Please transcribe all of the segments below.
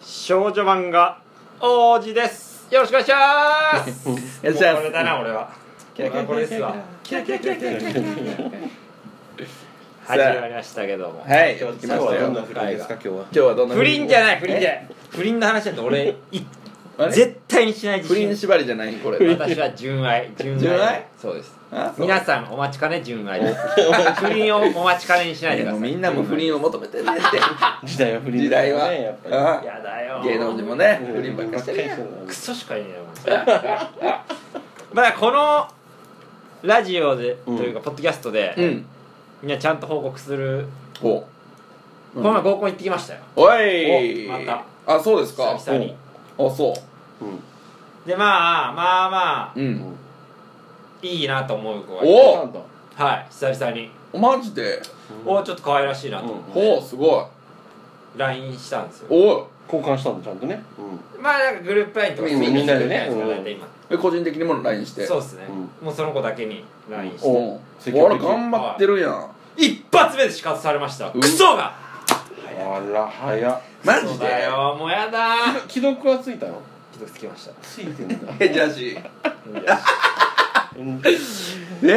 少女漫画王子ですよろしくお願いします よっしゃもうこれだな俺はキラキラこれですわキラキラキラキラキラキラキラキラ始まりましたけどもはい今日来ましたよどんなフライが今日は今日はどんな不倫じゃない不倫じゃえない不倫の話なんて俺いあれ絶対にしない自不倫信縛りじゃないこれ私は純愛純愛純愛そうですあそう皆さんお待ちかね純愛です不倫をお待ちかねにしないでくだもさういみんなも不倫を求めてね 時代は不って倫時代ねやっぱりはやだあよ芸能人もねうん不倫ばっかしてるやんクソしかいねえよもう まだこのラジオでというかポッドキャストで、うんみんなちゃんと報告する、おこの前合コン行ってきましたよおいおまあそうですかあ久々にそうんでまあまあまあうううんんいいなと思う子がいておだはい久々に、おマジでおおちょっと可愛らしいなと思っうんおてすごい LINE したんですよおい交換したんだちゃんとねまあなんかグループ LINE とかうんみんなでねするじゃないですかえ個人的にも LINE し大体今てそうですね、うもうその子だけに LINE して、おう積ほら極的頑張ってるやん一発目で死活されましたうんクソがあら早っマそうジだでよもうやだー既読はついたのひどくつきましたついてんだえジャシー うんえー、そんなん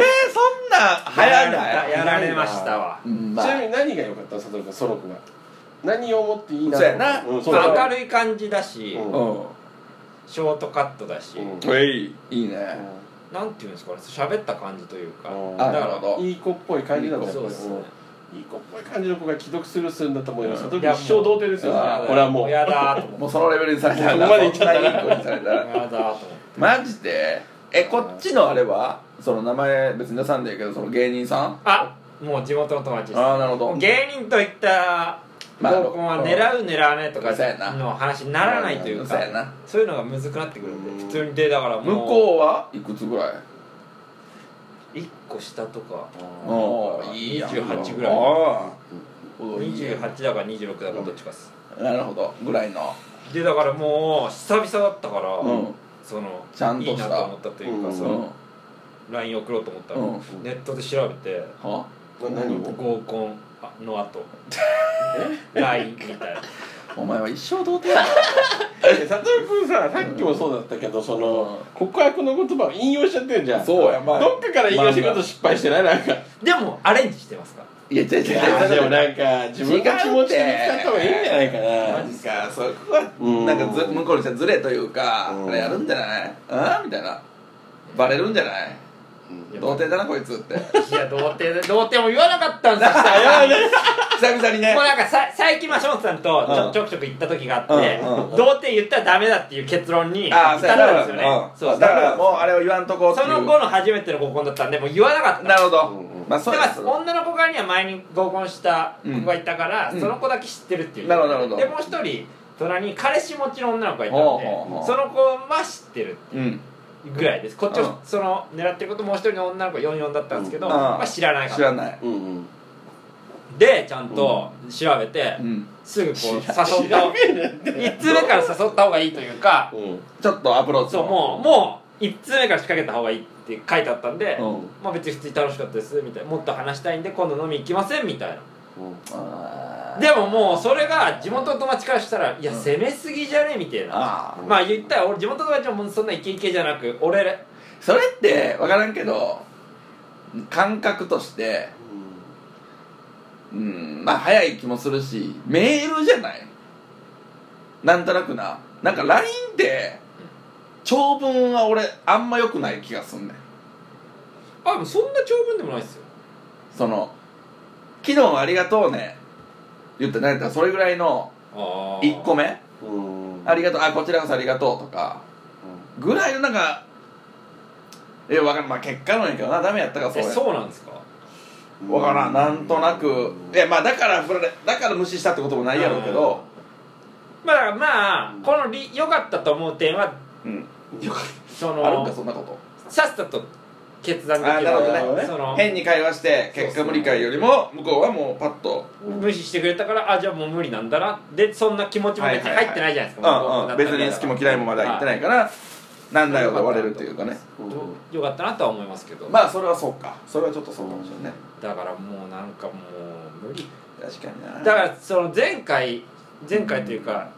流行んないやられましたわうんちまあなみに何が良かった佐藤君ソロ君が何を思っていいなそうやなうんそうだ明るい感じだしうんうショートカットだしうんんえいいいねなんていうんですかね喋った感じというかうんあだなるかほどいい子っぽい感じだらもんそうですねいい子っぽい感じの子が既読するするんだと思いますうん佐藤君一生童貞ですよいやこれはもうやだーと思もっうそのレベルにされたらここまでいっちゃったそんなないい子にされてたやだらーと思っマジでえこっちのあれはその名前別に出さんでいいけどその芸人さんてあもう地元の友達ですああなるほど芸人といったまあ合コンは狙う狙わないとかそうやなの話にならないというそうかやなそういうのがむずくなってくるんでうん普通にでだからもう向こうはいくつぐらい1個下とかああいいやん28ぐらいああ28だか26だかどっちかっすなるほどぐらいのでだからもう久々だったから、うんそのちゃんとしたいいなと思ったというか、うんうそんの LINE 送ろうと思ったら、うんネットで調べてはな何を合コンの後 LINE みたいなお前は一生童貞だえ佐藤君ささっきもそうだったけどその告白の言葉を引用しちゃってるじゃんそうやまあどっかから引用してくると失敗してないなんかでもアレンジしてますかいや違う違ういやで違もうなんか自分の気持ちで言った方がいいんじゃないかマなジかそこはうんなんかず向こうにしたずれというかうんこれやるんじゃないああみたいなバレるんじゃないうん童貞だなこいつっていや童貞で童貞も言わなかったん ですよ久々に ねもうなんかさ最近松本さんとちょ,、うんちょくちょく行った時があって、うんうん童貞言ったらダメだっていう結論にああ至っそうやなたんですよねうんそうだだかかららもうあれを言わんとこうっていそうの後の初めての合コンだったんでもう言わなかったなるほど、うんうんまあそうだやから女の子側には前に合コンした子がいたから、うんその子だけ知ってるっていう、なるほどなるほどでもう一人隣に彼氏持ちの女の子がいたんでほうほうほうその子は知ってるうんぐらいですこっちうんをその狙ってることもう一人の女の子は44だったんですけど、うんまあ、知らないか知ららないうんうんでちゃんと調べて、うんすぐこう誘った1通目から誘った方がいいというかうんちょっとアプローチそうもうもう1通目から仕掛けた方がいいって書いてあったんで、うんまあ別に普通に楽しかったですみたいなもっと話したいんで今度飲み行きませんみたいなあーでももうそれが地元の友達からしたら「いやうん攻めすぎじゃね?」みたいなあーまあ言ったら俺地元の友達もそんなイケイケじゃなく俺らそれって分からんけど感覚としてうんまあ早い気もするしメールじゃないなんとなくななんか LINE って長文は俺あんま良くない気がすんねんあでもそんな長文でもないっすよその「昨日ありがとうね」言ってなんやったらそれぐらいのああ1個目うんありがとうあこちらこそありがとうとかぐらいのなんかえわかんまあ結果論やけどなダメやったかそえれそうなんですか分からんなんとなくいやまあだから振られだから無視したってこともないやろうけどまあだからまあこのり良かったと思う点はうんよかっそあるんかのそんなことさっさと決断できあるなるほどねその変に会話して結果無理解よりも向こうはもうパッと無視してくれたからあじゃあもう無理なんだなでそんな気持ちも別に入ってないじゃないですうか、んうん別に好きも嫌いもまだ言ってないいからなんだよで終われるっていうかねたうんよかったなとは思いますけど、まあそれはそうかそれはちょっとそうかもしれないねだからもうなんかもう無理確かになだからその前回前回というか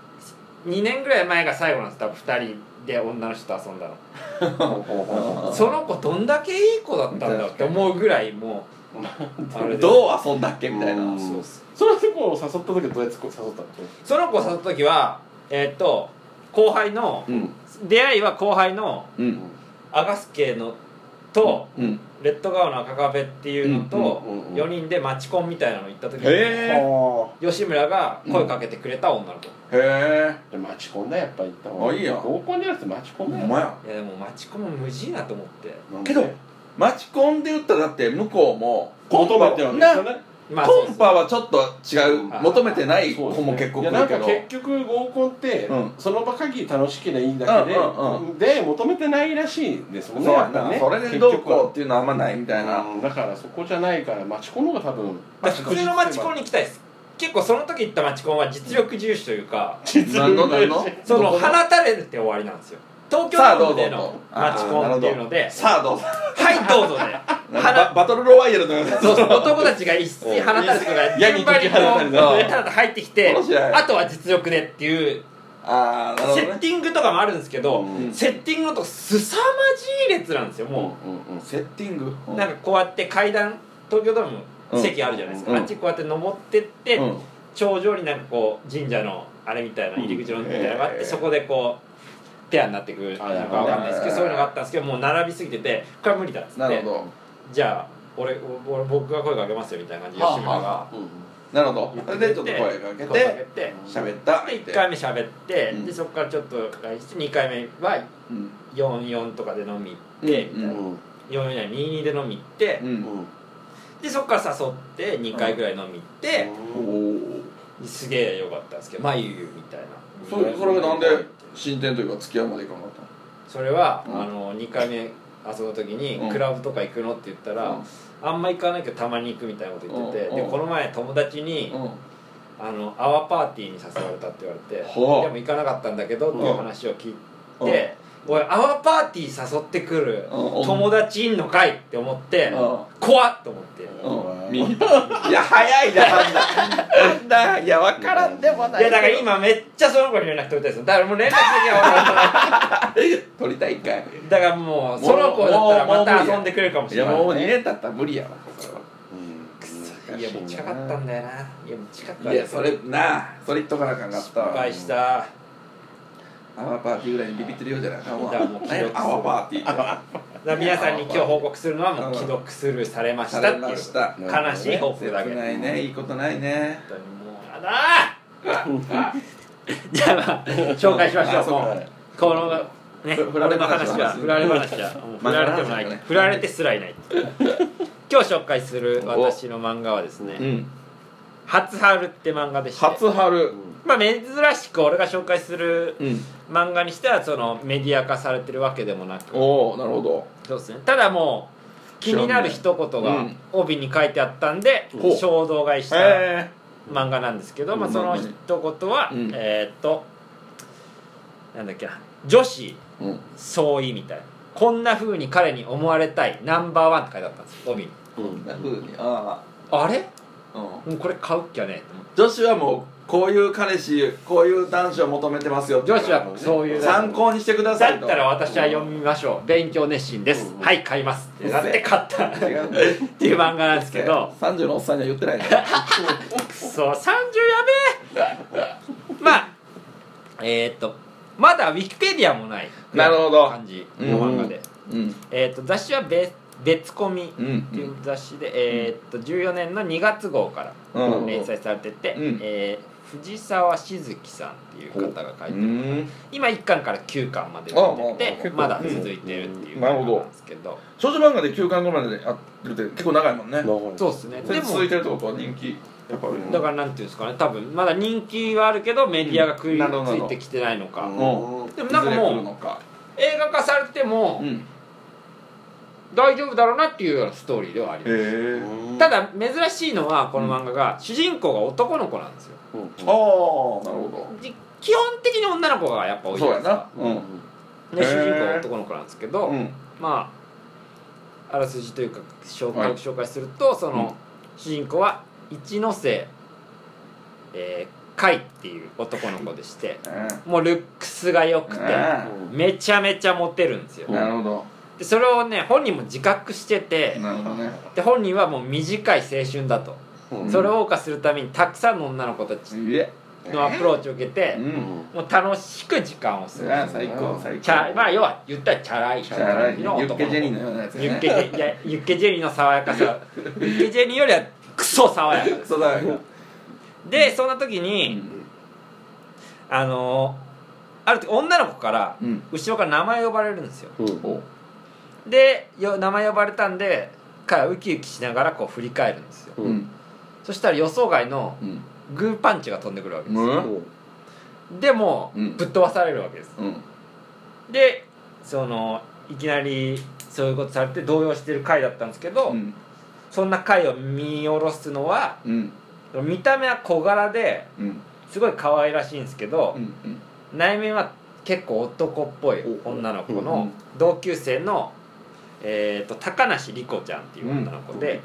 2年ぐらい前が最後なんです多分2人で女の人と遊んだのその子どんだけいい子だったんだろうって思うぐらいもうあれでどう遊んだっけみたいな、うんそうっすその子を誘った時はどうやって誘ったのその子を誘った時はえーっと後輩のうん出会いは後輩のうんアガスケのとうんレッドガオの赤カフェっていうのとうんうんうん4人でマチコンみたいなの行った時にへえあ吉村が声かけてくれた女の子へえあで待ち込んだやっぱ行った方があいいや合コンでやつ待ちほ込んだんまやいやでもマチコンも無事いなと思ってなんけでどマチコンで言ったらだって向こうも求めてはないですよねまあそうコでンすパはちょっと違うはい求めてないそ子うですねも結構い来やなるんけかど結局合コンって、うんその場限り楽しければいいだけで、うんうんで求めてないらしいんですもんねそうやっぱなねそれでどう結局はこうっていうのはあんまないみたいなうんだからそこじゃないから町子の方が多分だから普通のマチコンに行きたいです結構その時行ったマチコンは実力重視というか実何の何力のそのどこ放たれるって終わりなんですよ東京さあドーどうムぞでのマチコンっていうのでさあどう「ぞはいどうぞ」でバ放バトルロワイヤルのようなそうそう男たちが一斉に放たれてから闇に解き放たれたねこうただ入ってきて殺し合いあとは実力でっていうああなるほセどッねティングとかもあるんですけど、うんセッティングのとこすさまじい列なんですようんうもんうんセッティングう、なんかこうやって階段東京ドームの席あるじゃないですか、うんあっちこうやって登ってって、うん頂上になんかこう神社のあれみたいな入り口のみたいなのがあって、うんへーそこでこうペアになってくるなんかあなるほどわかんないですけどそういうのがあったんですけどもう並びすぎててこれは無理だっつっなるてほどじゃあ俺俺僕が声かけますよみたいな感じではあ吉村がうんなるほ言どっそてれくれてでちょっと声かけ声かてけて喋ったで1回目喋って、うんでそこからちょっと来日して2回目はうん44とかで飲み行って、うんうん44や22で飲み行って、ううんんでそこから誘って2回ぐらい飲み行って、おおすげえ良かったんですけどまあゆうゆうみたいなそれそれがなんで進展というか付き合うまでいかなかったのそれは、うんあの2回目遊んだ時に、うんクラブとか行くの?」って言ったら、うんあんま行かないけどたまに行くみたいなこと言ってて、うんでうんこの前友達に、あの「アワーパーティーに誘われた」って言われて、ほうでも行かなかったんだけど」っていう話を聞いて「おいアワーパーティー誘ってくるうん友達いんのかい?」って思ってうん怖っと思って。うんみいや早いな判断判断いや分からんでもないいやだから今めっちゃその子に連絡取りたいですだからもう連絡先は撮りたいんかい俺だからもうその子だったらまた遊んでくれるかもしいれやないもう2年経ったら無理やわそれはうんいやもう近かったんだよないやもう近かったいやそれなあそれ言っとかなあかんかったわ失敗したアワーパーティーぐらいにビビってるようじゃないかいやもう記録するアワーパーティーだから皆さんに今日報告するのはもう既読スルーされましたっていされましたう悲しい報告切だけどないねいいことないね本当にもうやだーじゃあまあ紹介しましょあうそうもかうこのね ふ振俺られの話話はします振られ話はもう振られてもない漫画の話だね振られてすらい ない今日紹介する私の漫画はですねん「初春」って漫画でして春まあ珍しく俺が紹介するうん漫画にしてはそのメディア化されてるわけでもなくおおなるほどそうですねただもう気になる一言うがん帯に書いてあったんでほう衝動買いしたへ漫画なんですけど、まあ、うんその一言は、うんえーっとなんだっけな女子えうん相違みたいなこんな風に彼に思われたいナンバーワンって書いてあったんですよ帯にうんなふうにああれあうんもうこれ買うっきゃねと思って女子はもうこういう彼氏こういう男子を求めてますよってい女う子はそういう参考にしてくださだいっとたら私は読みましょう勉強熱心です、うんはい買いますってなって買ったっ違うていう漫画なんですけど30のおっさんには言ってないねくそ30やべ えまあえーっとまだウィキペディアもないなるほど感じの漫画で、うんえーっと雑誌は別別コミうっていうん雑誌で、えーっと14年の2月号からうん連載されてて、うんえー藤沢静樹さんっていう方が書いてうる、ん今1巻から9巻まで出ててあああまだ続いてるっていううんなる漫ほど画なんですけど少女漫画で9巻後までやってるって結構長いもんねそうですねそれでも続いてるってことは人気やっぱあるよねだからなんていうんですかね多分まだ人気はあるけどメディアが食いつなるほどなるいほどてきてないのか、うんうでもなんかいずれ来もるうのか映画化されてもうんへ大丈夫だろうなっていうようなストーリーではあります、えただ珍しいのはこの漫画が主人公が男の子なんですようんうんああなるほで基本的に女の子がやっぱ多どいそうやですかなうんでへー主人公は男の子なんですけど、うんまああらすじというか紹介,、はい紹介するとその、主人公は一ノ瀬、えーカイっていう男の子でしてうもうルックスが良くてうめちゃめちゃモテるんですよんなるほどでそれをね本人も自覚しててなるほどねで本人はもう短い青春だと、うんそれを謳歌するためにたくさんの女の子たちいえのアプローチを受けてう、うんんもう楽しく時間を過そごりゃす最高最チャ高まあ要は言ったらチャラいチャラ感いじねのユッ男ケジェリーののようなやつユッねケジェリーいやユッケジェリーの爽やかさユッケジェリーよりはクソ爽やかそうだよでそんな時に、あのある時女の子からうん後ろから名前呼ばれるんですようんおでよ名前呼ばれたんで彼はウキウキしながらこう振り返るんですよううんんそしたら予想外のうんグーパンチが飛んでくるわけですうよ、んでもううんぶっ飛ばされるわけですうんでそのいきなりそういうことされて動揺してる回だったんですけど、うんそんな回を見下ろすのはうん見た目は小柄でうんすごい可愛らしいんですけどう、ん内面は結構男っぽい女の子うんうのん同級生の、えー、と高梨莉子ちゃんっていう女の子で,、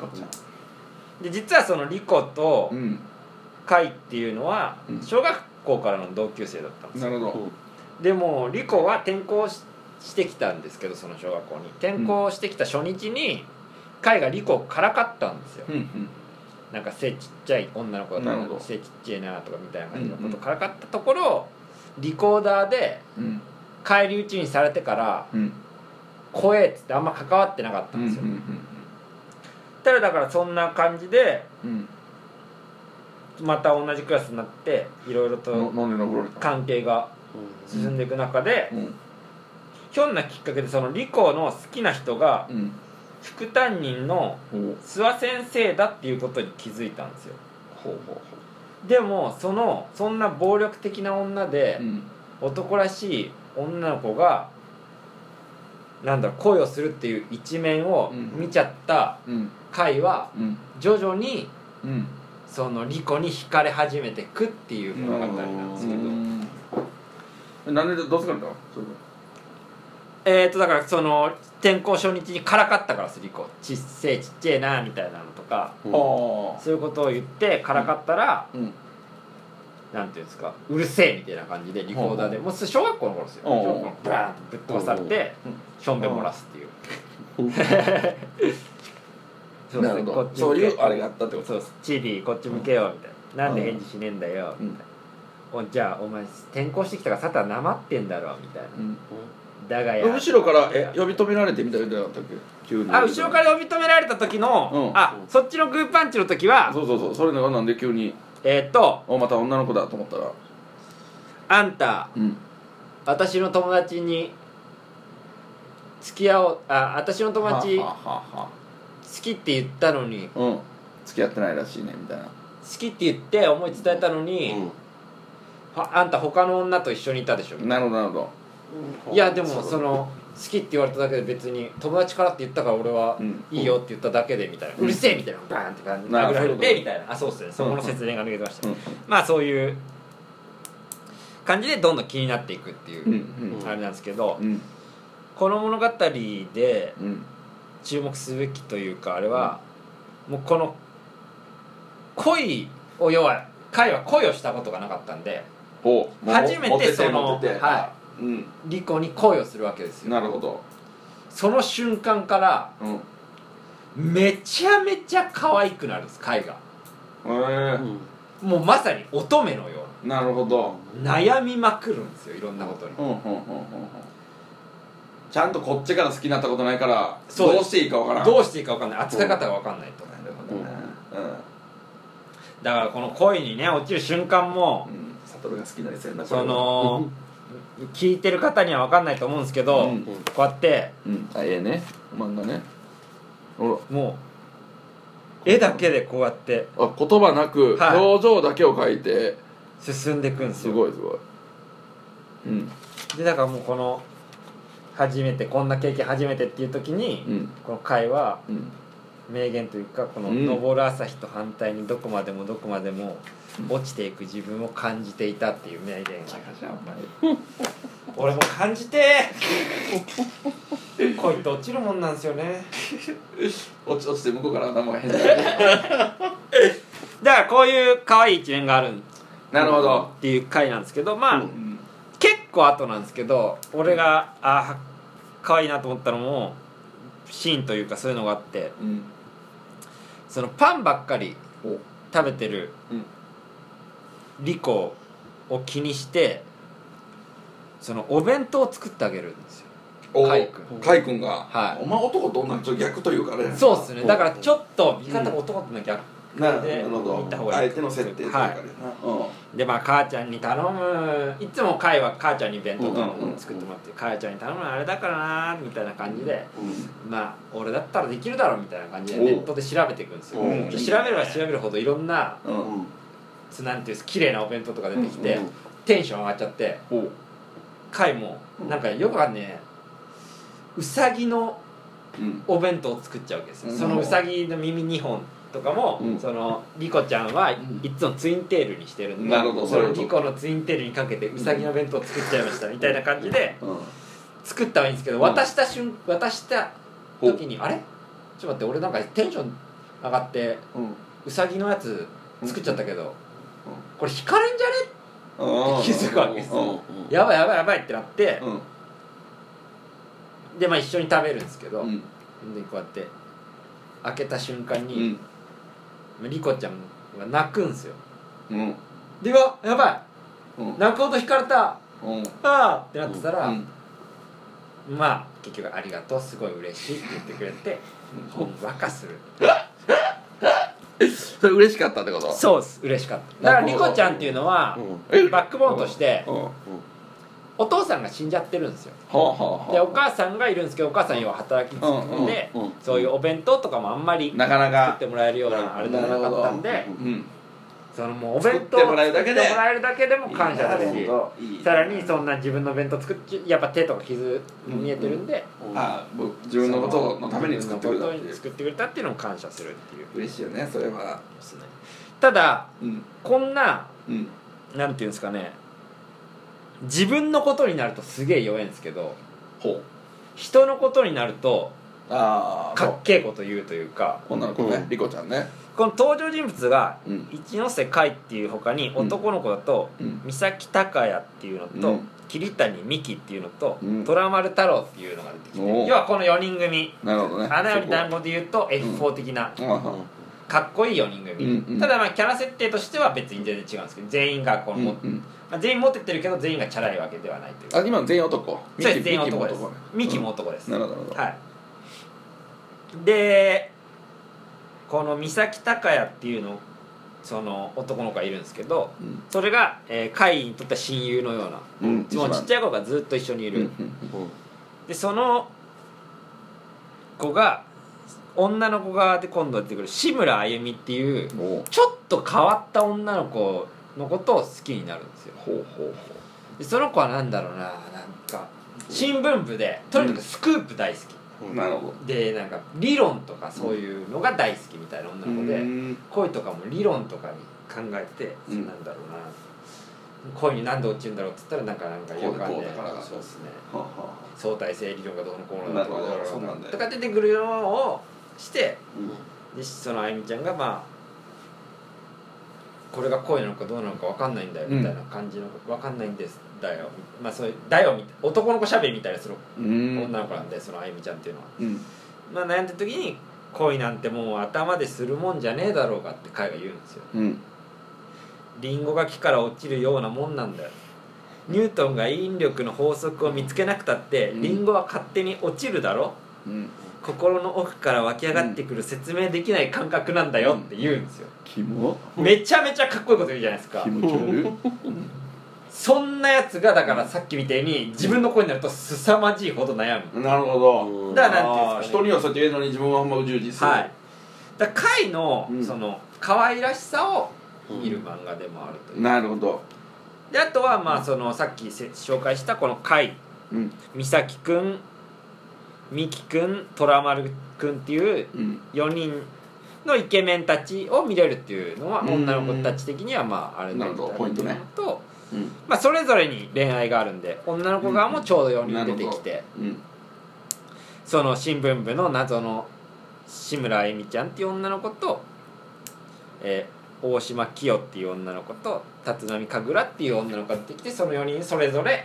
で実はその莉子とうん海っていうのはうん小学校からの同級生だったんですなよるほどでも莉子は転校ししてきたんですけどその小学校に転校してきた初日に海が莉子をからかったんですよ、うんうんなんか背ちっちゃい女の子だったなるほらど背ちっちゃいなとかみたいな感じのことからかったところリコーダーでうん返り討ちにされてからうん怖えっつってあんま関わってなかったうんんうですんよ、ただだからそんな感じでうんまた同じクラスになっていろいろと飲んで登られた関係が進んでいく中でうんひょんなきっかけでそのリコの好きな人がうん副担任のほ諏訪先生だっていうことに気づいたんですよほうほうでもそのそんな暴力的な女で、うん男らしい女の子がなんだろう恋をするっていう一面を見ちゃったうん回はうん徐々にうんそのリコに惹かれ始めてくっていう物語なんですけど、うんなんでどう疲れたのそれでえー、とだからその転校初日にからかったからですリコちっせえちっちゃいなみたいなのとかあそういうことを言ってからかったら、あうんなんていうんですかうるせえみたいな感じでリコーダーで、うもう小学校の頃ですようん小学校の頃ブラーンとぶっ飛ばされて、しょんべん漏らすっていう そうでなするねこほどっちそう向いけうあれがあったってこそとうですチビこっち向けよみたいな、なんで返事しねえんだよみたいな、おじゃあお前転校してきたからサタなまってんだろみたいなうんだがや後ろからえ呼び止められてみたいなだったっけ急にあ後ろから呼び止められた時の、うんあそっちのグーパンチの時はそうそうそうそれがなんで急にえーっとおまた女の子だと思ったらあんたうん私の友達に付き合おうあ私の友達は好はははきって言ったのにうん付き合ってないらしいねみたいな好きって言って思い伝えたのに、はあんた他の女と一緒にいたでしょなるほどなるほどいやでもその好きって言われただけで別に友達からって言ったから俺はうんいいよって言っただけでみたいな、ううんるせえみたいなバーンって感じでな殴られそういうてことみたいなあそうっすねそこの説明が抜けてました、うんまあそういう感じでどんどん気になっていくっていうう、んあれなんですけど、うんうんこの物語でうん注目すべきというかあれは、もうこの恋を要は彼は恋をしたことがなかったんでお初めてそのはいうんリコに恋をするわけですよなるほどその瞬間からうんへめちゃめちゃ可愛くなるんです絵がえもうまさに乙女のよなるほどうに悩みまくるんですよいろんなことにうんうんうんうんうんちゃんとこっちから好きになったことないからそうですどうしていいかわからんどううしていいか分かんない扱い方が分かんないとなるほどねだからこの恋にね落ちる瞬間もうんうん悟が好きになりそうやなこれその聞いてる方には分かんないと思うんですけど、うんこうやってうんあええね漫画ねほもう絵だけでこうやってらあ言葉なくはい表情だけを書いて進んでいくんですすよごいすごいうんでだからもうこの初めてこんな経験初めてっていう時に、うんこの会はうん名言というかこのうん昇る朝日と反対にどこまでもどこまでも落ちていく自分を感じていたっていう名言俺も感じてー 恋って落ちるもんなんですよね落ち落ち て向こうから頭が変だだからこういう可愛い一面があるんなるほどっていう回なんですけどまあ、うんうん結構後なんですけど俺があー可愛いなと思ったのもシーンというかそういうのがあってうんそのパンばっかりお食べてるうんリコを気にしてそのお弁当を作ってあげるんですよおカイ君カイ君が、はいお前男と女のちょっと逆というかねそうですねだからちょっと見方うんが男との逆なでるほ行った方どがいい相手の設定というかね、でまあ母ちゃんに頼むいつもカイは母ちゃんに弁当頼うんうんうむん作ってもらって母ちゃんに頼むのあれだからなみたいな感じでうんまあ俺だったらできるだろうみたいな感じでおうネットで調べていくんですようんで調べれば調べるほどいろんなうんうんうんつなんていうんです綺麗なお弁当とか出てきて、うんうんテンション上がっちゃっておうカイもなんかよくはねうさぎのうんお弁当を作っちゃうわけですよ、うんそのうさぎの耳2本とかも、うんそのリコちゃんはんいつもツインテールにしてるんでなるほどそなのるほどリコのツインテールにかけてうさぎの弁当を作っちゃいましたみたいな感じでうん作ったはいいんですけどうん渡した瞬渡したお時にあれちょっと待って俺なんかテンション上がってうんうさぎのやつ作っちゃったけど、んこれ引かれんじゃねうん気づくわけですうんうんやばいやばいやばいってなって、うんでまあ一緒に食べるんですけど、うんでこうやって開けた瞬間うに、んリコちゃんが泣くんですようんでうわやばうんい泣くほど引かれたあうんあってなってたら、うんまあ結局「ありがとうすごい嬉しい」って言ってくれてほんわかするそれ嬉しかったってことそうです嬉しかっただからリコちゃんっていうのは、えバックボーンとしてうんはお父さんが死んじゃってるんですよあはあはあでお母さんがいるんですけどお母さん要は働き続けてうんうんうんそういうお弁当とかもあんまりなかな作っかてもらえるようなあれではなかったんなるでほうどんそのもうお弁当作ってもらえるだけで作ってもらえるだけでも感謝だしいいさらにそんな自分の弁当作っちやっぱ手とか傷見えてるんで、あ僕自分のことのために作ってくれ自たって分のこといにう作ってくれたっていうのも感謝するっていうこ嬉しいよねそれはとですねただうんこんなうんなんていうんですかね自分のことになるとすげえ弱いんですけどほう人のことになるとああかっけえこと言うというか女の子ねうんリコちゃんねこの登場人物がうん一ノ瀬海っていう他に男の子だとうん三崎孝也っていうのと、うん桐谷美紀っていうのと、うん虎丸太郎っていうのが出てきおてう要はこの4人組なるほどね花より団子子で言うと F4 的な、うんかっこいい4人組、うんうんただまあキャラ設定としては別に全然違うんですけど全員がこの、うんまうんあ全員モテてるけど全員がチャラいわけではないというあ今の全員男そうです全員男ですミキもも男です、なるほどなるほどはいでこの三崎孝也っていうのその男の子がいるんですけどうんそれが、えー、カイにとっては親友のような、うんもうちっちゃい子がずっと一緒にいる、でその子が女の子側で今度出てくる志村あゆみっていうおうちょっと変わった女の子のことを好きになるんですよほうほうでその子は何だろうななんか新聞部でとにかくスクープ大好ほうなるほどきでなんか理論とかそういうのが大好きみたいな女の子でうん恋とかも理論とかに考えてうんなんだろうな恋に何で落ちるんだろうって言ったらなんかなんかよくわかんこうないだこうだからそうですねはあはあ相対性理論がどうのこうのだとかなるほどどうそうなのんだよとか出てくるのをしてうんでそのあゆみちゃんがまあこれが恋なのかどうなのか分かんないんだよみたいな感じの、わ分かんないんですだよまあそういうだよみたい男の子しゃべりみたいなそのうん女の子なんで、そのあゆみちゃんっていうのは、うんまあ、悩んだ時に恋なんてもう頭でするもんじゃねえだろうかって彼が言うんですようんリンゴが木から落ちるようなもんなんだよニュートンが引力の法則を見つけなくたってうんリンゴは勝手に落ちるだろうん心の奥から湧き上がってくる説明できない感覚なんだよって言うんですよキモめちゃめちゃかっこいいこと言うじゃないですか気持ち悪いそんなやつがだからさっきみたいに自分の声になると凄まじいほど悩む なるほどうんだからなんていうんあーですか人ねにはそうやって言えるのに自分はあんまうじうじするはいだから貝のうんその可愛らしさを見るうん漫画でもあるというなるほどであとはまあそのさっきせ紹介したこの貝うん美咲くん美樹くん虎丸くんっていううん4人のイケメンたちを見れるっていうのはうん女の子たち的にはまああれだなるほどポイントねと、うんまあ、それぞれに恋愛があるんで女の子側もちょうど4人出てきて、うんその新聞部の謎の志村あゆみちゃんっていう女の子と、えー大島清っていう女の子と立浪神楽っていう女の子が出てきてその4人それぞれ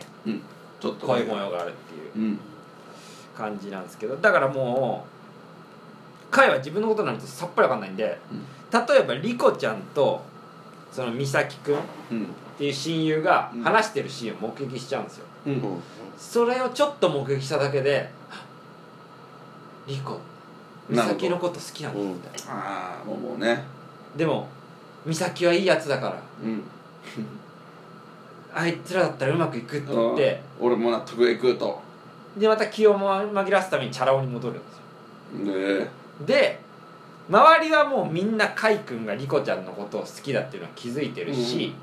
ちょっと恋模様があるっていううん感じなんですけどだからもう彼は自分のことなんてさっぱりわかんないんで、うん例えば莉子ちゃんとその美咲くんっうんていう親友がうん話してるシーンを目撃しちゃうんですようんそれをちょっと目撃しただけであ「莉子美咲のこと好きなんだ」みたいなああもうもうねでも美咲はいいやつだからうんあいつらだったらうまくいくって言って、俺も納得いくとでまた気を紛らわすためにチャラ男に戻るんですよねえで周りはもうみんなカイ君がリコちゃんのことを好きだっていうのは気づいてるし、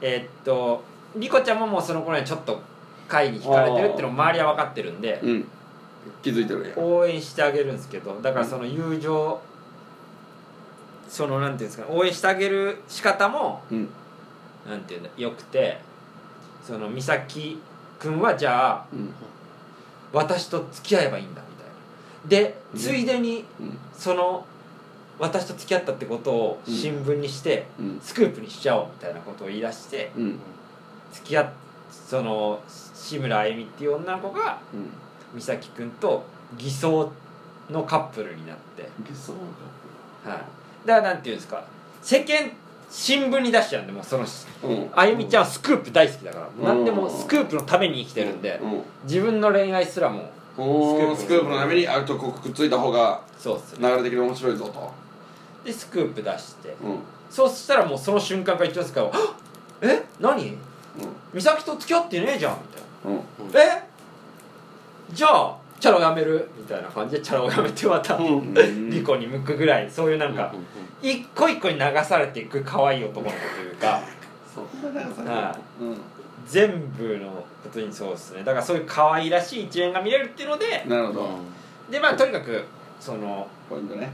えーっとリコちゃんももうその頃にはちょっとカイに惹かれてるっていうのも周りは分かってるんでうん気づいてるやん応援してあげるんですけどだからその友情そのなんていうんですかね応援してあげる仕方もうんなんていうんだよくてその美咲君はじゃあうん私と付き合えばいいんだみたいなでうんついでにうんその私と付き合ったってことを新聞にして、うんスクープにしちゃおうみたいなことを言い出してうん付き合っその志村あゆみっていう女の子がうん美咲くんと偽装のカップルになって、はい、理想がだからなんていうんですか世間新聞に出しちゃうんでもうそのうんあゆみちゃんはスクープ大好きだから、うん何でもスクープのために生きてるんで、うん自分の恋愛すらもおースクープのためにあるとこくっついた方がそうっす流ねれ的に面白いぞとでスクープ出してうんうんそうしたらもうその瞬間から一之輔ははっ「え何美咲と付き合ってねえじゃん」みうんたいな「えじゃあチャラをやめる」みたいな感じでチャラをやめてまた、うん うんリコに向くぐらいそういうなんか、一個一個に流されていく可愛い男の子というか そんな長さはう全部のことにそうですねだからそういう可愛らしい一面が見れるっていうのでんなるほどでまあとにかくそのポイントね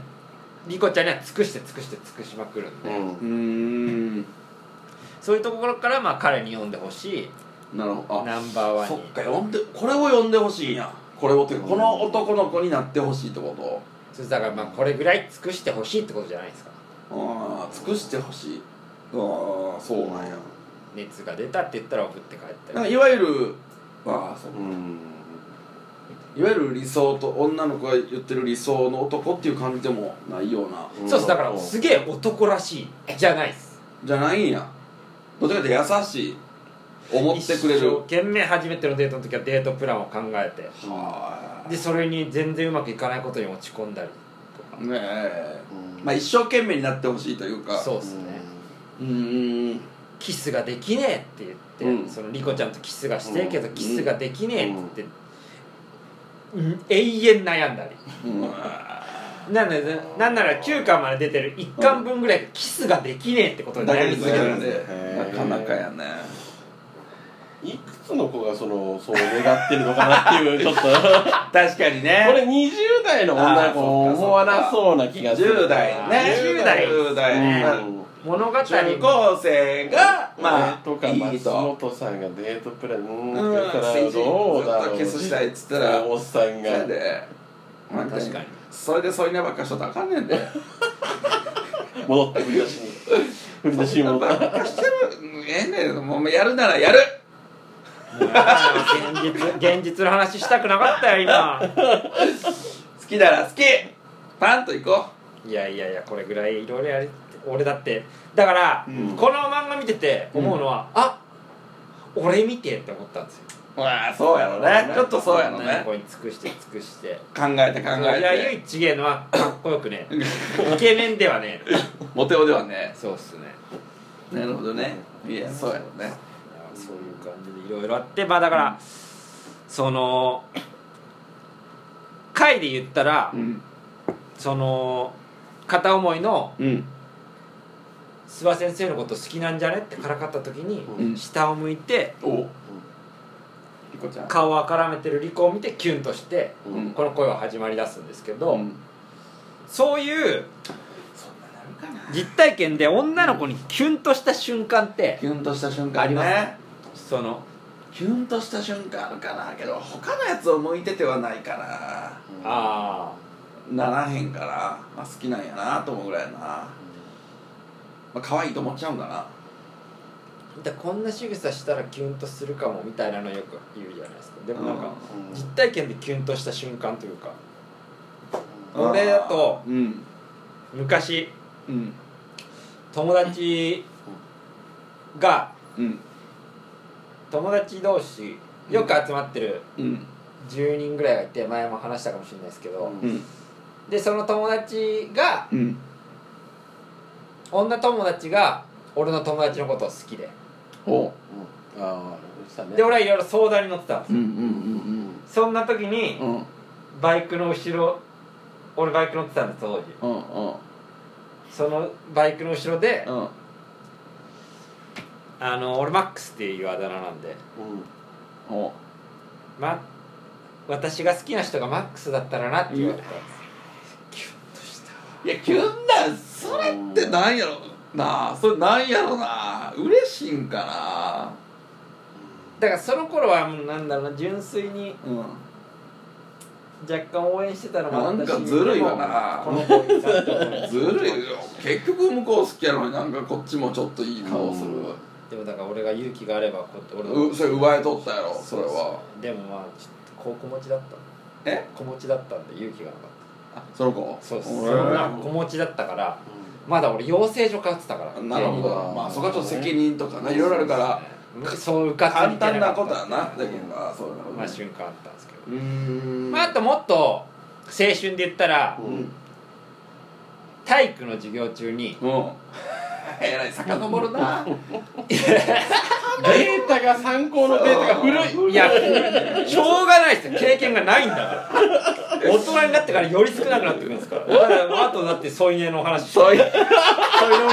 リコちゃんには尽くして尽くして尽くしまくるんで、うーんそういうところからまあ彼に読んでほしいなるほどあナンバーワンそにっか呼んでこれを呼んでほしいんやこれをっていうかこの男の子になってほしいってこそれだからまあこれぐらい尽くしてほしいってことじゃないですかとああ尽くしてほしいああそうなんや熱が出たって言ったら送って帰ったなんかりいわゆるああそううんいわゆる理想と女の子が言ってる理想の男っていう感じでもないようなそうですだからすげえ男らしいじゃないですじゃないんやどっちかっていうと優しい思ってくれ一生る懸命初めてのデートの時はデートプランを考えてはでそれに全然うまくいかないことに落ち込んだりいねえままああ一生懸命になってほしいというかそううですねうーんキスができねえって言って、うんそのリコちゃんとキスがしてえけど、うんキスができねえって言って、うん永遠悩んだりうんなんでなんなら9巻まで出てる1巻分ぐらいがキスができねえってことにだ悩みけに続け続けてるるんんですよでへなえかなかやねいくつの子がそのそう願ってるのかなっていうちょっとこ確かにねれ20代の女の子も思わなそうな気がする10代ね10代10代、ねまあ物語中も高生がままああとかいい松と本さんがデートプランうんうんだからどうだろうちょっとキスしたいっつったらおっそさんれがで確かにそれでそういうのばっかしとったらあかんねんで戻った振り出しに振り出しに戻っばたっかしてるうんええねんもうやるならやる現実現実の話したくなかったよ今好きなら好きパンと行こいやいやいやこれぐらいいろいろやれて俺だってだから、うんこの漫画見てて思うのは、あ俺見てって思ったんですよ、うまあそうやろねちょっとそうやろ女のね子に尽くして尽くして考えて考いやえ唯一違えのはかっこよくねイケメンではねてモテ男ではねそうっすねなるほどねいやそうやろねそういう感じでいろいろあってまあだから、その回で言ったら、うんその片思いのうん諏訪先生のこと好きなんじゃねってからかった時に、うん下を向いておリコちゃん顔をあからめてるリコを見てキュンとして、うんこの恋は始まりだすんですけど、うんそういうそんななるかな実体験で女の子にキュンとした瞬間って、キュンとした瞬あ間りますねそのキュンとした瞬間あるかなけど他のやつを向いててはないかああなならへんから、まあ、好きなんやなと思うぐらいやなまあ可愛いと思っちゃうんかなだからこんな仕草したらキュンとするかもみたいなのよく言うじゃないですかでもなんか実体験でキュンとした瞬間というかうん俺だとうん昔うん友達がうん友達同士よく集まってるうん10人ぐらいがいて前も話したかもしれないですけどうんでその友達がうん女友達が俺の友達のことを好きでおうああしたねで俺はいろいろ相談に乗ってたんですうんようんうんそんな時にうんうんバイクの後ろ俺バイク乗ってたんです当時うんうんそのバイクの後ろでうんあの俺マックスっていうあだ名なんで、おうま、私が好きな人がマックスだったらなって言われたんですいやキュンだそれってなんやろなあそれなんやろな嬉しいんかだからその頃はもうなんだろうな純粋になうん若干応援してたのもあったしなんかずるいわなこの子いいなって思うずるいよ結局向こう好きやのになんかこっちもちょっといい顔するでもだから俺が勇気があればこうやって俺のうそれ奪い取ったやろそれはでもまあちょっとこう子持ちだったえ子持ちだったんで勇気がなかっあその子たそうです俺そんな子持ちだったからまだ俺養成所通ってたからなるほどうんまあそこはちょっと責任とかないろいろあるかららそううかつ簡にいけ単かなったことやなだけどなそういうのまあ瞬間あったんですけどうーんまあ、あともっと青春で言ったらうんうん体育の授業中にえらい遡るなデータが参考のデータが古いいやしょうがないですよ経験がないんだから大人になってからより少なくなってくるんですからだからあとだって添い寝の話添 そういうい寝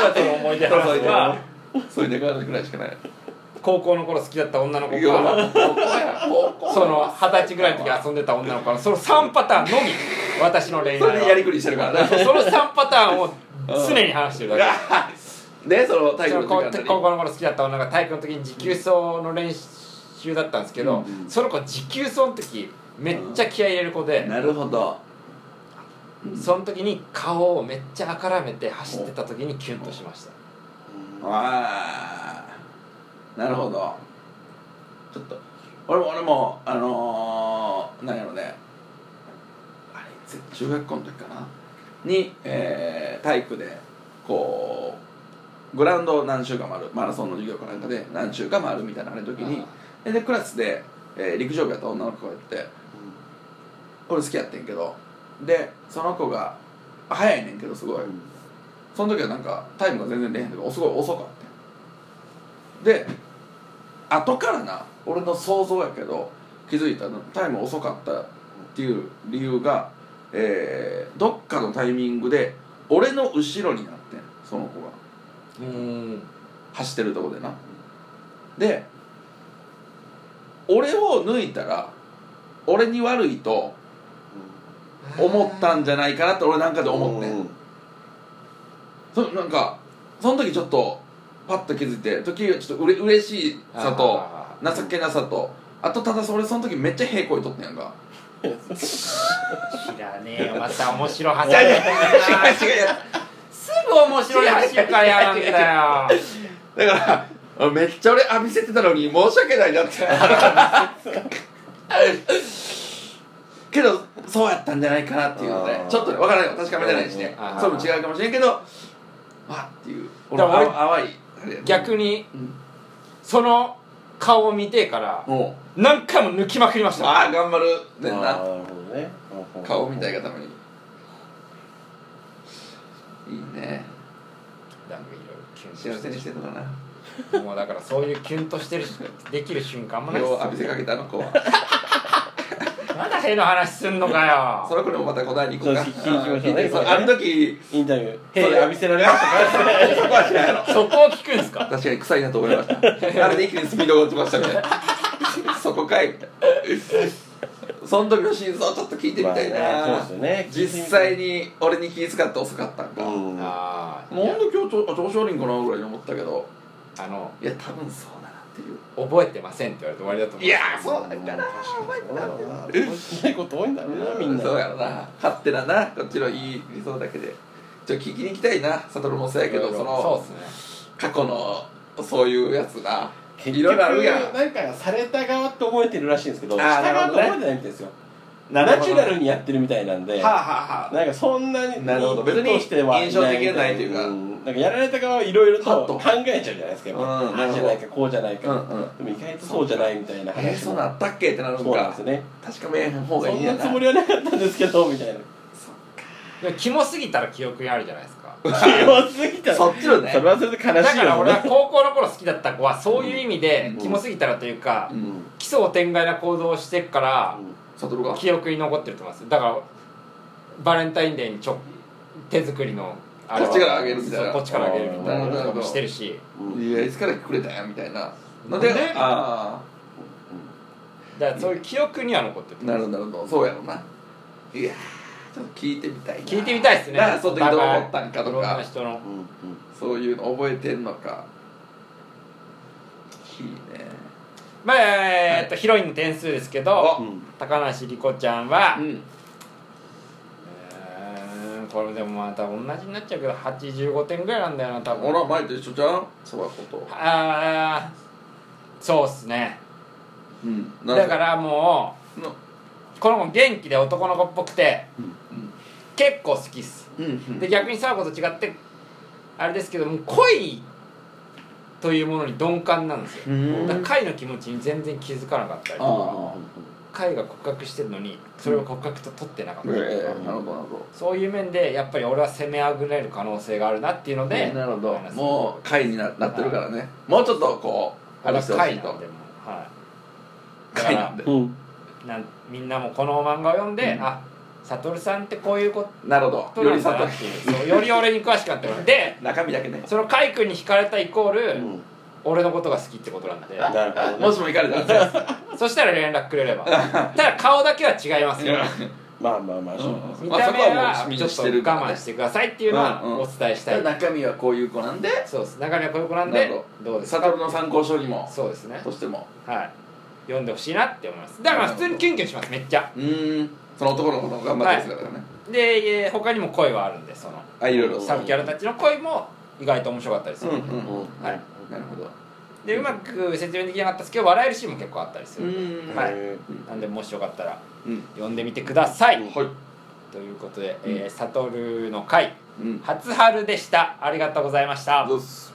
浦との思い出話とかそういう出方ぐらいしかない高校の頃好きだった女の子いやまがあ高校や高校その二十歳ぐらいの時遊んでた女の子からその3パターンのみ私の恋愛それでやりはくりしてるからなその3パターンを常に話してるだけ ねその体そ育のの高時間高校の頃好きだった女が体育の時に持久走の練習だったんですけど、うんうんその子持久走の時めっちゃ気合い入れる子で、なるほどその時に顔をめっちゃあからめて走ってた時にキュンとしましたああなるほどちょっと俺も俺もあのー、なんやろねあれいつ中学校の時かなに、えー体育でこうグラウンドを何週間回るマラソンの授業かなんかで何週間回るみたいなあれの時にででクラスで、えー陸上部やった女の子がいて俺好きやってんけどでその子が早いねんけどすごい、その時はなんかタイムが全然出へんとかすごい遅かったで後からな俺の想像やけど気づいたのタイム遅かったっていう理由が、えーどっかのタイミングで俺の後ろになってんその子がうーん走ってるとこでなで俺を抜いたら俺に悪いと思ったんじゃないかなって俺なんかで思ってんそなんかその時ちょっとパッと気づいて時はちょっとうれ嬉しいさとあ情けなさとあとただそれその時めっちゃ平行にとってんやんかー知らねえよまた面白走りすぐ面白い走りからやるんだよだから めっちゃ俺浴びせてたのに申し訳ないなって けどそうやったんじゃないかなっていうのであーちょっとね分からないよ確かめてないしねあーそれも違うかもしれんけどわっっていうだから俺あ淡いあれやね逆にうんその顔を見てからもう何回も抜きまくりましたああ頑張るねんなね顔みたいがためにいいねなんかいろいろキュンと幸しせてにしてるのかなもうだからそういうキュンとしてるしできる瞬間もないっ両すを浴びせかけたあの子はまだへの話すんのかよその子にもまた答えに行こうかそう聞きましょうね聞いてそうあの時インタビューへい浴びせられましたかそこは知らんやろそこを聞くんすか確かに臭いなと思いましたあれで一気にスピードが落ちましたみたいなそこかいみたいなその時の真相をちょっと聞いてみたいな、まあねそうですよね実際に俺に気遣って遅かったんか、もう ああほんと今日ちょあ上昇輪かなぐらいに思ったけどあのいや多分そうだなっていう覚えてませんって言われて終わりだと思ういいやーそうだから面白いこと多いんだろうなみんなそうやろな勝手ななこっちのいい理想だけでちょっと聞きに行きたいな悟もそうやけどそのそうですね過去のそういうやつな結いろいろあるやんなんかされた側って覚えてるらしいんですけどあーした側ってなるほ覚えどてないみたいですよなナチュラルにやってるみたいなんではあはあはなんかそんなになるほど別に意図してはい印象的じゃないというかんなんかやられた側はいろいろはっとと考えちゃうじゃないですかやっぱうんなあるほどあじゃないかこうじゃないあかでも意外とそうじゃないみたいなえー、話そもんなんあったっけってなるんそうなんでかすね確かめえへん方がそいいんんやななつもりはなかったんですけどみたいなでもキモすぎたら記憶にあるじゃないですか 強すぎたそっちのねそれはそれで悲だしいからよ俺はね高校の頃好きだった子はそういう意味でうんキモすぎたらというかうん奇想天外な行動をしてっから悟が記憶に残ってると思いますだからバレンタインデーにちょ手作りのあれはこっちからあげるみたいなそうこっちからあげるみたいなこともしてるしうんいやいつからくれたんやみたいななのでんであだからそういう記憶には残ってあるなるほどなるほどそうやろないやーちょっと聞いてみたいな聞いてみたいですねなその時どう思ったんかいとろんなか人のうんうんそういうの覚えてんのかいいねまあえーっとヒロインの点数ですけどうん高梨莉子ちゃんはう、んうーんこれでもまた同じになっちゃうけど85点ぐらいなんだよな多分ほら前と一緒じゃんそばことああそうっすねうんなんだからものうこの子元気で男の子っぽくて結構好きっすうんうんで逆にサーコと違ってあれですけどもう恋というものに鈍感なんですようんだからの気持ちに全然気づかなかったりとかあ貝が告白してるのにそれを告白と取ってなかっあたりとか、ええなるほどなるほどそういう面でやっぱり俺は攻めあぐれる可能性があるなっていうので、なるほマどイナスもう回にななってるからねもうちょっとこうあれ話してほし貝いなんとでもうはいだか回ならんでうんなんみんなもこの漫画を読んで、うんあサトルさんってこういうこなるほとどなよりんだ悟なっていうそうより俺に詳しくなってもらうで中身だけねそのカイ君に惹かれたイコール、うん俺のことが好きってことなんでなるほどねもしも行かれた らそしたら連絡くれればただ顔だけは違いますよまあまあまあしょうがないです見まあたそ目こはもうは君ちょにっしとてるからね我慢してくださいっていうのはうんうんお伝えしたい、中身はこういう子なんでそうですなかなかこういう子なんなでるほどうですサかトルの参考書にもそうですねとしてもはい読んでほしいなって思いますだから普通にキュンキュンしますめっちゃうーんその男の子の頑張ってる姿がねでえー他にも恋はあるんでそのあいろいろサブキャラたちの恋も意外と面白かったりすうんる、うんうんうんはいなるほどでうまく説明できなかったですけど笑えるシーンも結構あったりするんで、うんはいへなんでもしよかったらうん読んでみてください、はいということで「えー、サトルの会うん初春」でしたありがとうございましたどうっす